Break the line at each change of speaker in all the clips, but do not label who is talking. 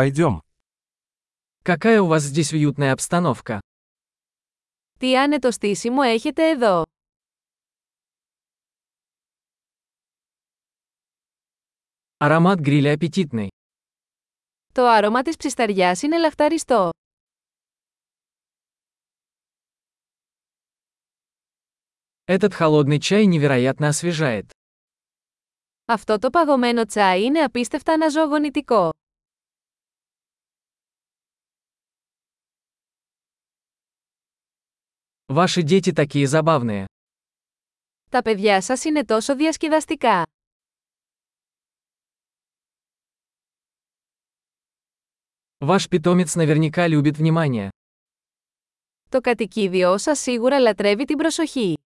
Пойдем.
Какая у вас здесь уютная обстановка.
Τι άνετο στήσιμο έχετε εδώ.
Аромат гриля аппетитный.
Το άρωμα της ψισταριάς είναι λαχταριστό.
Этот холодный чай невероятно освежает.
Αυτό το παγωμένο τσάι είναι απίστευτα αναζωογονητικό.
Ваши дети такие забавные.
Τα παιδιά σας είναι τόσο διασκεδαστικά.
Ваш питомец наверняка любит внимание.
Το κατοικίδιό σας σίγουρα λατρεύει την προσοχή.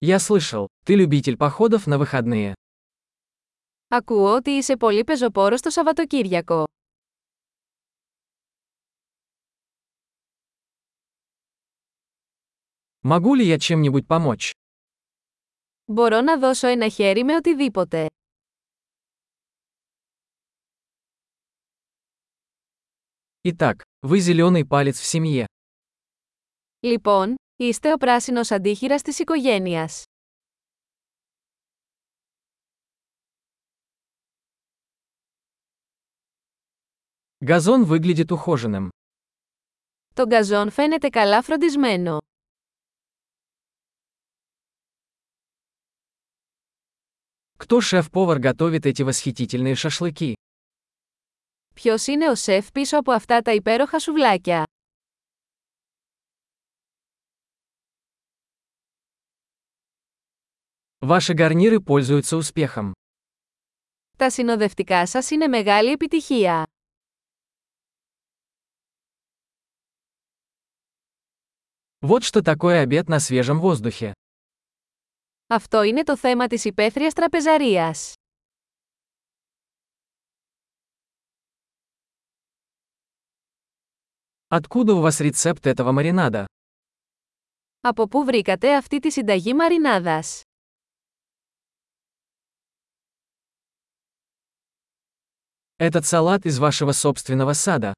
Я слышал, ты любитель походов на выходные.
Ακούω ότι είσαι πολύ πεζοπόρος το Σαββατοκύριακο.
Могу ли я чем-нибудь помочь?
Μπορώ να δώσω ένα χέρι με οτιδήποτε.
Итак, вы зеленый палец в семье.
Λοιπόν, είστε ο πράσινος αντίχειρας της οικογένειας.
Газон выглядит ухоженным.
Το γκαζόν φαίνεται καλά φροντισμένο.
Кто шеф-повар готовит эти восхитительные шашлыки?
Ποιος είναι ο σεφ πίσω από αυτά τα υπέροχα σουβλάκια.
Ваши гарниры пользуются успехом.
Τα συνοδευτικά σας είναι μεγάλη επιτυχία.
Вот что такое обед на свежем воздухе.
Αυτό είναι το θέμα της υπαίθριας τραπεζαρίας.
Откуда у вас рецепт этого маринада?
Από πού βρήκατε αυτή τη συνταγή μαρινάδας.
Этот салат из вашего собственного сада.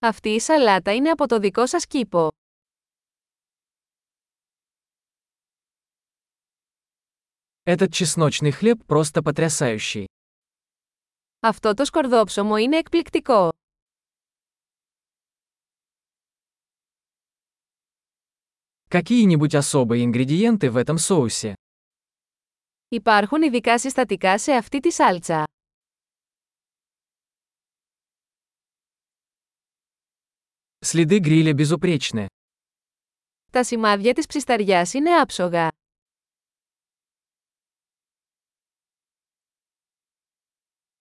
Αυτή η σαλάτα είναι από το δικό σας κήπο.
Этот чесночный хлеб просто потрясающий.
Αυτό το σκορδόψωμο είναι εκπληκτικό.
Какие-нибудь особые ингредиенты в этом соусе?
Υπάρχουν ειδικά συστατικά σε αυτή τη σάλτσα.
Следы гриля безупречны.
Τα σημάδια της ψισταριάς είναι άψογα.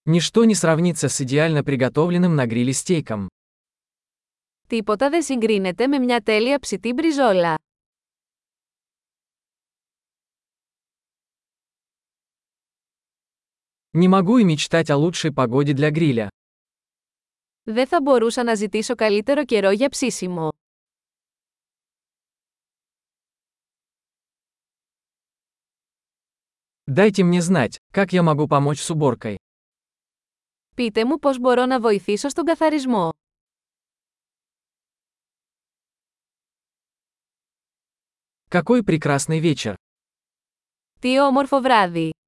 Ничто не сравнится с идеально приготовленным на гриле стейком.
Τίποτα δεν συγκρίνεται με μια τέλεια ψητή μπριζόλα.
Не могу и мечтать о лучшей погоде для гриля.
Δεν θα μπορούσα να ζητήσω καλύτερο καιρό για ψήσιμο.
Дайте мне знать, как я могу помочь с уборкой.
Πείτε μου πώς μπορώ να βοηθήσω στον καθαρισμό.
Какой прекрасный вечер!
Τι όμορφο βράδυ!